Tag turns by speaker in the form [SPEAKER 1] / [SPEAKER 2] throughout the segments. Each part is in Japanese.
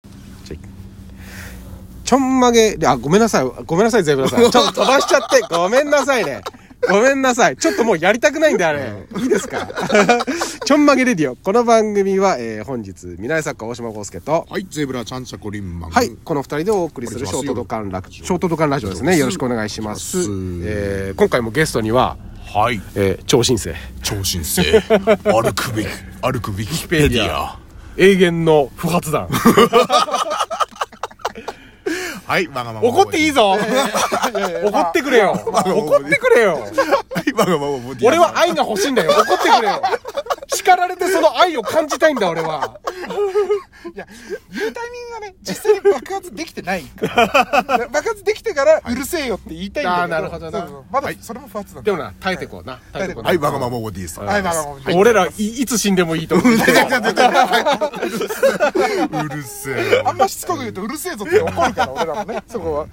[SPEAKER 1] ちゃいけないちょんまげであごめんなさいごめんなさいゼブラさ んちょっと飛ばしちゃってごめんなさいねごめんなさい。ちょっともうやりたくないんで、あれ。いいですか ちょんまげレディオ。この番組は、えー本日、未来作家大島康介と、
[SPEAKER 2] はい、ゼブラちゃんちゃこりんまん。
[SPEAKER 1] はい、この二人でお送りするショートドカンラジオ。ショートドカンラジオですね。よろしくお願いしま
[SPEAKER 2] お
[SPEAKER 1] す。
[SPEAKER 2] 願いします
[SPEAKER 1] えー今回もゲストには、
[SPEAKER 3] はい。
[SPEAKER 1] えー超新星、
[SPEAKER 2] 超新 星。
[SPEAKER 3] 歩くべき、歩くべきペディア。
[SPEAKER 1] 永遠の不発 弾。
[SPEAKER 2] はい、わがまま。
[SPEAKER 1] 怒っていい。ぞ 怒ってくれよ怒ってくれよ
[SPEAKER 2] はい、わがままボディ。
[SPEAKER 1] 俺は愛が欲しいんだよ怒ってくれよ叱られてその愛を感じたいんだ俺は。
[SPEAKER 4] 言うタイミングがね実際に爆発できてないから爆発できてからうるせえよって言いたいんだけど、
[SPEAKER 1] あーなるほどな
[SPEAKER 4] そうそうまだそれも不発なん
[SPEAKER 1] で
[SPEAKER 4] だ
[SPEAKER 1] もな、耐えてこうな。耐えてこうな。
[SPEAKER 2] はい、わがままボディさん。
[SPEAKER 4] はいまあまあまあはい
[SPEAKER 1] 俺らい、いつ死んでもいいと思 う。
[SPEAKER 2] うるせえ
[SPEAKER 4] あんましつこく言うとうるせえぞって怒るから俺らもねそこは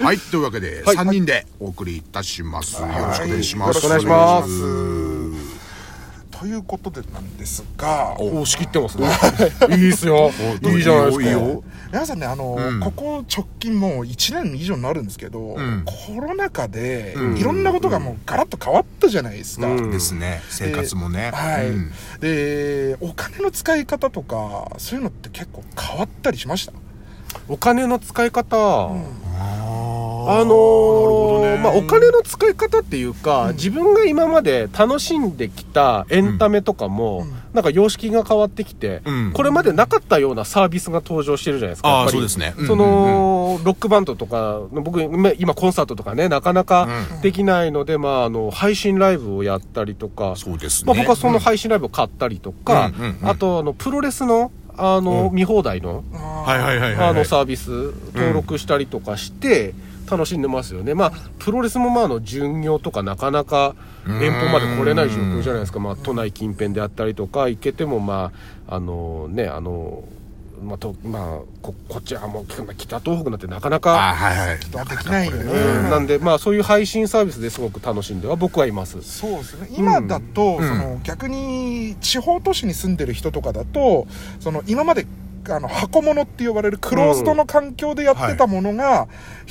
[SPEAKER 2] な。はい、というわけで、三人でお送りいたします。よろしくお願いします。
[SPEAKER 1] よろしくお願いします
[SPEAKER 4] ということでなんですが
[SPEAKER 1] おお、仕切ってますね。いいっすよ。いいじゃないですか。
[SPEAKER 2] いいよ
[SPEAKER 4] 皆さんねあの、ここ直近もう1年以上になるんですけど、コロナ禍でいろんなことがもうガラッと変わったじゃないですか、
[SPEAKER 1] うん
[SPEAKER 2] ですね。生活もね。
[SPEAKER 4] はい、
[SPEAKER 2] うん
[SPEAKER 4] でお金の使い方とかそういうのって結構変わったりしました
[SPEAKER 1] お金の使い方、
[SPEAKER 2] あ
[SPEAKER 1] あの
[SPEAKER 2] なるほど
[SPEAKER 1] ー
[SPEAKER 2] ね
[SPEAKER 1] まあ、お金の使い方っていうか、自分が今まで楽しんできたエンタメとかも、
[SPEAKER 4] ん
[SPEAKER 1] なんか様式が変わってきて、
[SPEAKER 2] うん
[SPEAKER 1] これまでなかったようなサービスが登場してるじゃないですか。
[SPEAKER 2] あー
[SPEAKER 1] やっぱり
[SPEAKER 2] そうですねうん
[SPEAKER 1] その、ロックバンドとか、僕、今コンサートとかね、なかなかできないので、まあ、あの、配信ライブをやったりとか、
[SPEAKER 2] そうです
[SPEAKER 1] ま
[SPEAKER 2] ね。
[SPEAKER 1] あ、僕はその配信ライブを買ったりとか、
[SPEAKER 2] うんうんうん
[SPEAKER 1] あとあのプロレスのあの、見放題の,、
[SPEAKER 2] はいはいはいはい。
[SPEAKER 1] あのサービス登録したりとかして楽しんでますよね、まあプロレスもまああの巡業とかなかなか遠方まで来れない状況じゃないですか、まあ、都内近辺であったりとか行けてもまああのねあのまあとまあ、ここっちはもう北東北なんてなかなか
[SPEAKER 2] あ、はいはい。
[SPEAKER 4] できないよね、
[SPEAKER 1] うんなんで、まあ、そういう配信サービスですごく楽しんでは僕はいます。
[SPEAKER 4] そうですね今だと、その逆に地方都市に住んでる人とかだとその今まであの箱物って呼ばれるクローズドの環境でやってたものが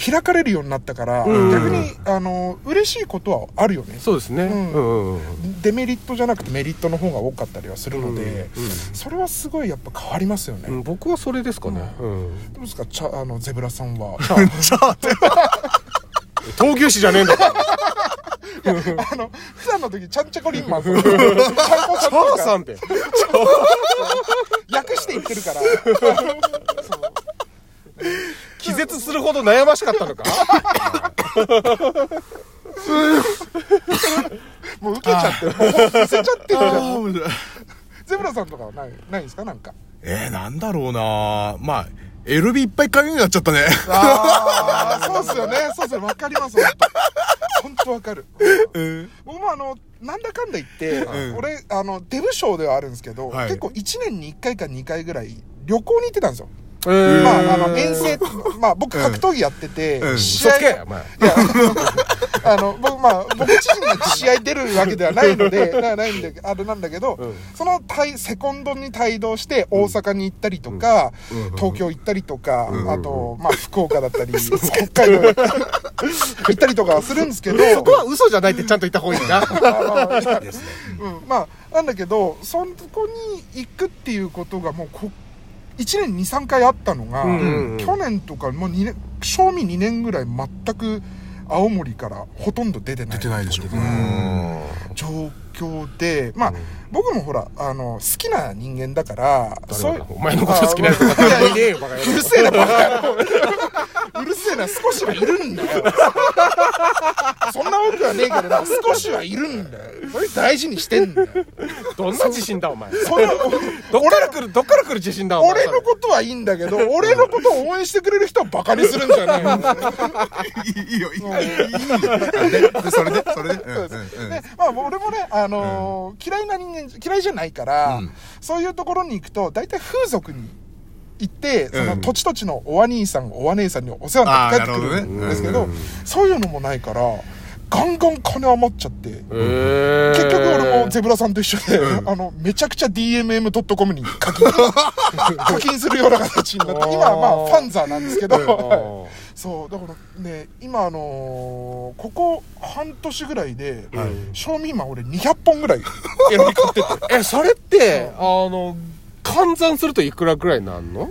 [SPEAKER 4] 開かれるようになったから、
[SPEAKER 1] ん
[SPEAKER 4] 逆にあの嬉しいことはあるよね
[SPEAKER 1] そうですね、
[SPEAKER 4] うん
[SPEAKER 1] うんうんうん
[SPEAKER 4] デメリットじゃなくてメリットの方が多かったりはするので、それはすごいやっぱ変わりますよね、
[SPEAKER 1] うん、僕はそれですかね、うん
[SPEAKER 4] どうですかちゃあのゼブラさん は
[SPEAKER 1] 闘牛士じゃね えんだから
[SPEAKER 4] あの普段の時ちゃんちゃこり んまんちゃんこさんと
[SPEAKER 1] 母
[SPEAKER 4] か
[SPEAKER 1] さんって
[SPEAKER 4] 略して言ってるから
[SPEAKER 1] 気絶するほど悩ましかったのか
[SPEAKER 4] もう受けちゃってるもう見せちゃってるじゃん
[SPEAKER 2] あー
[SPEAKER 4] ゼブラさんとかはないないんですかなんか。
[SPEAKER 2] えー、なんだろうなまあ、LB いっぱい買うようになっちゃったね。
[SPEAKER 4] ああ、そうっすよね。そうっすよね。わかります。本当わ かる。僕もあの、なんだかんだ言って、
[SPEAKER 2] うん
[SPEAKER 4] 俺、あの、デブ賞ではあるんですけど、
[SPEAKER 2] はい
[SPEAKER 4] 結構1年に1回か2回ぐらい旅行に行ってたんですよ。
[SPEAKER 1] えー
[SPEAKER 4] まあ、あの、遠征、まあ僕格闘技やってて、
[SPEAKER 2] うん
[SPEAKER 4] 試
[SPEAKER 1] 嘘
[SPEAKER 4] 合
[SPEAKER 1] つ、けお前
[SPEAKER 4] いや、あの、僕、まあ、僕自身が試合出るわけではないので、なないんだけあれなんだけど、
[SPEAKER 1] ん
[SPEAKER 4] その対、セコンドに帯同して、大阪に行ったりとか、東京行ったりとか、あ と、まあ、福岡だったり、北海道行ったり行ったりとかはするんですけど、
[SPEAKER 1] そこは嘘じゃないってちゃんと言った方がいいな
[SPEAKER 4] うん、まあ、なんだけど、そこに行くっていうことが、もうこ、1年2、3回あったのが、
[SPEAKER 1] うんうんうん
[SPEAKER 4] 去年とか、もう2年、賞味2年ぐらい全く、青森からほとんど出てない。
[SPEAKER 2] 出てないでしょ。う
[SPEAKER 4] 状況で、まあ、僕もほら、あの、好きな人間だから、
[SPEAKER 1] そう
[SPEAKER 4] い
[SPEAKER 1] お前のこと好きなやつ
[SPEAKER 4] あ
[SPEAKER 1] が
[SPEAKER 4] いやいや
[SPEAKER 1] いねえよバカ野
[SPEAKER 4] うるせえな、バカ野郎うるせえな、少しはいるんだよ。そんな多くはねえけどな、少しはいるんだよ。それ大事にしてんだよ。
[SPEAKER 1] 郎どんな自信だお前
[SPEAKER 4] そんな
[SPEAKER 1] どっから来るどっから来る自信だお前
[SPEAKER 4] 俺のことはいいんだけど、俺のことを応援してくれる人をバカにするんじゃないよ。
[SPEAKER 2] いいよ、いいよ、いいよ。で、でそれで、それで。うんうんうん
[SPEAKER 4] でまあ、俺もね、あのー嫌いな人間嫌いじゃないから、
[SPEAKER 2] うん
[SPEAKER 4] そういうところに行くと大体風俗に行ってその
[SPEAKER 2] うん
[SPEAKER 4] 土地土地のお兄さんお姉さんにお世話になって帰ってく
[SPEAKER 2] あーなるほど
[SPEAKER 4] る
[SPEAKER 2] ね
[SPEAKER 4] んですけど、そういうのもないからガンガン金余っちゃって。
[SPEAKER 1] え
[SPEAKER 4] 結局俺もゼブラさんと一緒で、あの、めちゃくちゃ DMM.com に 課金、課金するような形になって、今はまあファンザーなんですけど、
[SPEAKER 1] あ
[SPEAKER 4] そう、だからね、今あのーここ半年ぐらいで、賞味今俺200本ぐらいエロに買ってて、
[SPEAKER 1] ーえそれってあの換算するといくらぐらいなん の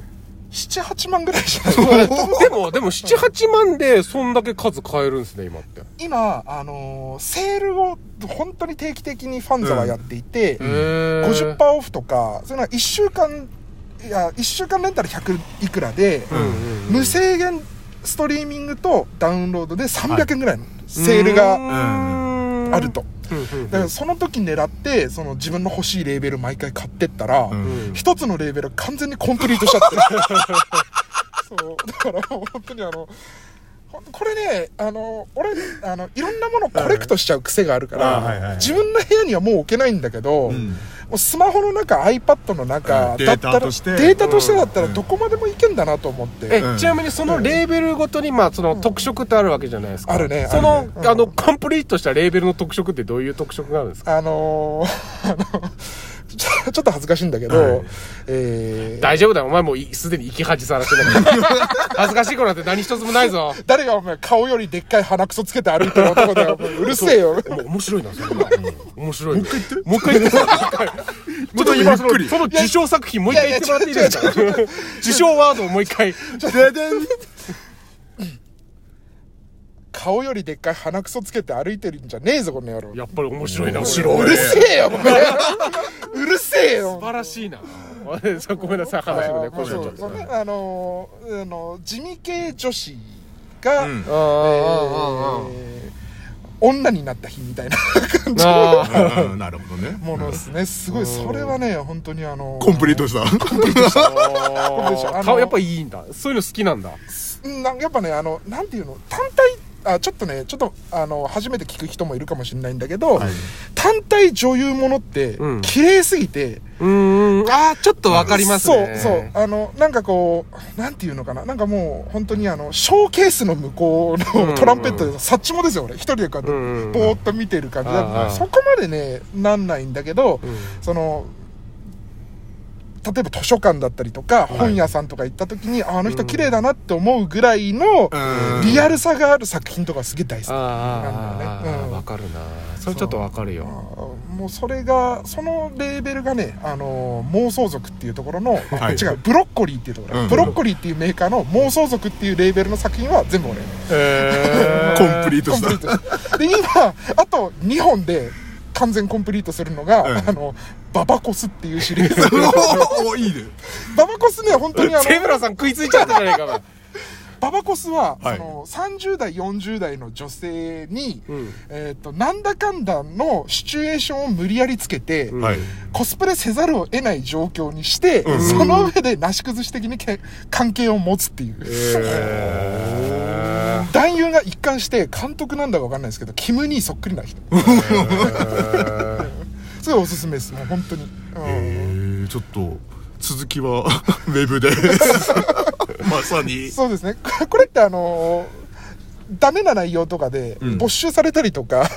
[SPEAKER 4] 7、8万ぐらいじゃない
[SPEAKER 1] でもでも78万でそんだけ数買えるんですね今って
[SPEAKER 4] 今、あのーセールを本当に定期的にファンザはやっていて、
[SPEAKER 1] 50%
[SPEAKER 4] 50%オフとか、そういうのは1週間、いや、1週間レンタル100いくらで、無制限ストリーミングとダウンロードで300円ぐらいのセールが
[SPEAKER 1] が
[SPEAKER 4] あると。だからその時狙って、その自分の欲しいレーベル毎回買ってったら、一つのレーベル完全にコンプリートしちゃ って。そう。だから本当にあの、ほんとこれね、あの、俺、あの、いろんなものをコレクトしちゃう癖があるか
[SPEAKER 3] うんあーはいはいは
[SPEAKER 4] ら
[SPEAKER 3] い、
[SPEAKER 4] 自分の部屋にはもう置けないんだけど、もうスマホの中、iPad の中、
[SPEAKER 3] うんデ
[SPEAKER 4] だ
[SPEAKER 3] ー
[SPEAKER 4] ったら、
[SPEAKER 3] タ
[SPEAKER 4] デ
[SPEAKER 3] として
[SPEAKER 4] ータとしてだったらどこまでもいけんだなと思って。
[SPEAKER 1] え、ちなみにそのレーベルごとに、まあ、その特色ってあるわけじゃないですか。
[SPEAKER 4] あるね
[SPEAKER 1] その、あ
[SPEAKER 4] あるねうん
[SPEAKER 1] の、コンプリートしたレーベルの特色ってどういう特色があるんですか
[SPEAKER 4] あのー あの、ちょちょっと恥ずかしいんだけど、えー
[SPEAKER 1] 大丈夫だよ。お前もういすでに生き恥さらしてたから。 恥ずかしい頃なんて何一つもないぞ。
[SPEAKER 4] 誰がお前顔よりでっかい鼻くそつけて歩いてる男だ よ。お前うるせえよ。
[SPEAKER 1] お前面白いな、それは。面白い。もう一回言って。もう一回言って。ちょっと今その、その受賞作品もう一回言ってもらっていいですか受賞ワードをもう一回。
[SPEAKER 4] 顔よりでっかい鼻くそつけて歩いてるんじゃねえぞ、この野郎。
[SPEAKER 1] やっぱり面白いな、面
[SPEAKER 4] う
[SPEAKER 1] 白い。
[SPEAKER 4] るせえよ、お前。うるせえよ
[SPEAKER 1] 素。晴らしいな。 そうごめんなさい、話のね、こうしよう
[SPEAKER 4] そう
[SPEAKER 1] ちゃ
[SPEAKER 4] そ
[SPEAKER 1] っ
[SPEAKER 4] う
[SPEAKER 1] た。
[SPEAKER 4] ねあのーあのー地味系女子が、えー女になった日みたいな
[SPEAKER 1] なあ。
[SPEAKER 3] うんなるほどね
[SPEAKER 4] ものですね。すごい、それはね、本当にあのー
[SPEAKER 3] コンプリートした
[SPEAKER 4] トでしょあの
[SPEAKER 1] 顔やっぱいいんだそういうの好きなんだ
[SPEAKER 4] なんやっぱねあのなんていうの単体あちょっとねちょっとあの初めて聞く人もいるかもしれないんだけど、単体女優ものって、
[SPEAKER 1] うん
[SPEAKER 4] 綺麗すぎて
[SPEAKER 1] うんああちょっとわかりますね
[SPEAKER 4] そうそうあのなんかこうなんていうのかななんかもう本当にあのショーケースの向こうの、
[SPEAKER 1] ん
[SPEAKER 4] トランペットでサッチモですよ俺一人でこうや
[SPEAKER 1] うんうんうん
[SPEAKER 4] ってぼーっと見てる感じ、だ
[SPEAKER 1] ああ
[SPEAKER 4] そこまでねなんないんだけど、その例えば図書館だったりとか本屋さんとか行った時に、ああの人綺麗だなって思うぐらいのリアルさがある作品とかすげえ大好きなんだ
[SPEAKER 1] あ
[SPEAKER 4] よ
[SPEAKER 1] あ
[SPEAKER 4] ね
[SPEAKER 1] ああ
[SPEAKER 4] うん
[SPEAKER 1] わかるなそれちょっとわかるよ
[SPEAKER 4] もうそれがそのレーベルがね、あのー妄想族っていうところの、あ違うブロッコリーっていうところ、
[SPEAKER 3] うん
[SPEAKER 4] ブロッコリーっていうメーカーの妄想族っていうレーベルの作品は全部俺
[SPEAKER 1] へ
[SPEAKER 3] コンプリート
[SPEAKER 4] コン
[SPEAKER 3] し
[SPEAKER 4] プ
[SPEAKER 3] た
[SPEAKER 4] リートしたで今あと2本で完全コンプリートするのが、あのババコスっていうシ リーズ
[SPEAKER 3] おーいいね
[SPEAKER 4] ババコスね本当にあの
[SPEAKER 1] セブラさん食いついちゃったじゃねえかな
[SPEAKER 4] ババコスは、
[SPEAKER 3] はい
[SPEAKER 4] その30代40代の女性に、
[SPEAKER 1] ん
[SPEAKER 4] えー、となんだかんだのシチュエーションを無理やりつけて、
[SPEAKER 3] はい
[SPEAKER 4] コスプレせざるを得ない状況にして、その上でなし崩し的にけ関係を持つっていう、男優が一貫して監督なんだか分かんないですけどキム・にそっくりな人すごいおすすめですもう本当に、うん
[SPEAKER 3] えーちょっと続きは ウェブでまさに
[SPEAKER 4] そうですね これこれってあのーダメな内容とかで没収されたりとか、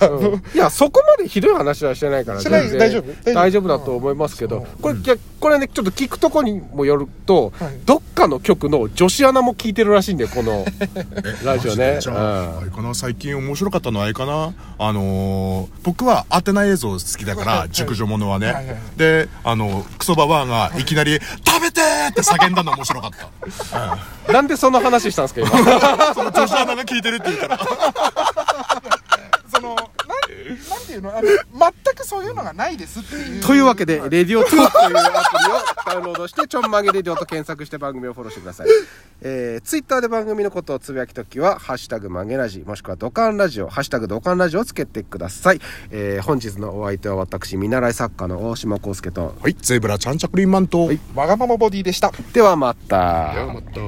[SPEAKER 1] いやそこまでひどい話はしてないから
[SPEAKER 4] してな
[SPEAKER 1] 全
[SPEAKER 4] い
[SPEAKER 1] 然
[SPEAKER 4] 大丈夫
[SPEAKER 1] 大
[SPEAKER 4] 大
[SPEAKER 1] 丈
[SPEAKER 4] 丈
[SPEAKER 1] 夫
[SPEAKER 4] 夫
[SPEAKER 1] だと思いますけど
[SPEAKER 4] うん
[SPEAKER 1] これいやこれねちょっと聞くとこにもよると
[SPEAKER 4] はい
[SPEAKER 1] どっかの局の女子アナも聞いてるらしいんでこのラジオね
[SPEAKER 3] じゃあ、
[SPEAKER 1] うん
[SPEAKER 3] あれかな最近面白かったのはあれかなあのー僕はアテナ映像好きだから、熟女ものはね。
[SPEAKER 4] はいはい
[SPEAKER 3] で、あの、クソババアがいきなり、食べてーって叫んだの面白かった。
[SPEAKER 1] なんでその話したんですか今
[SPEAKER 3] その女子アナが聞いてるって言ったら。
[SPEAKER 4] そのなんなんていうのあの全くそういうのがないですっていう
[SPEAKER 1] というわけで「レディオ2」というアプリをダウンロードして「ちょんまげレディオ」と検索して番組をフォローしてください、えー、ツイッターで番組のことをつぶやきときは「ハッシュタグまげラジ」もしくは「ドカンラジオ」「ハッシュタグドカンラジオ」をつけてください、えー、本日のお相手は私見習い作家の大島康介と
[SPEAKER 3] はい、ゼブラちゃんちゃくりんマント。
[SPEAKER 4] わがままボディでした
[SPEAKER 1] ではまた
[SPEAKER 2] また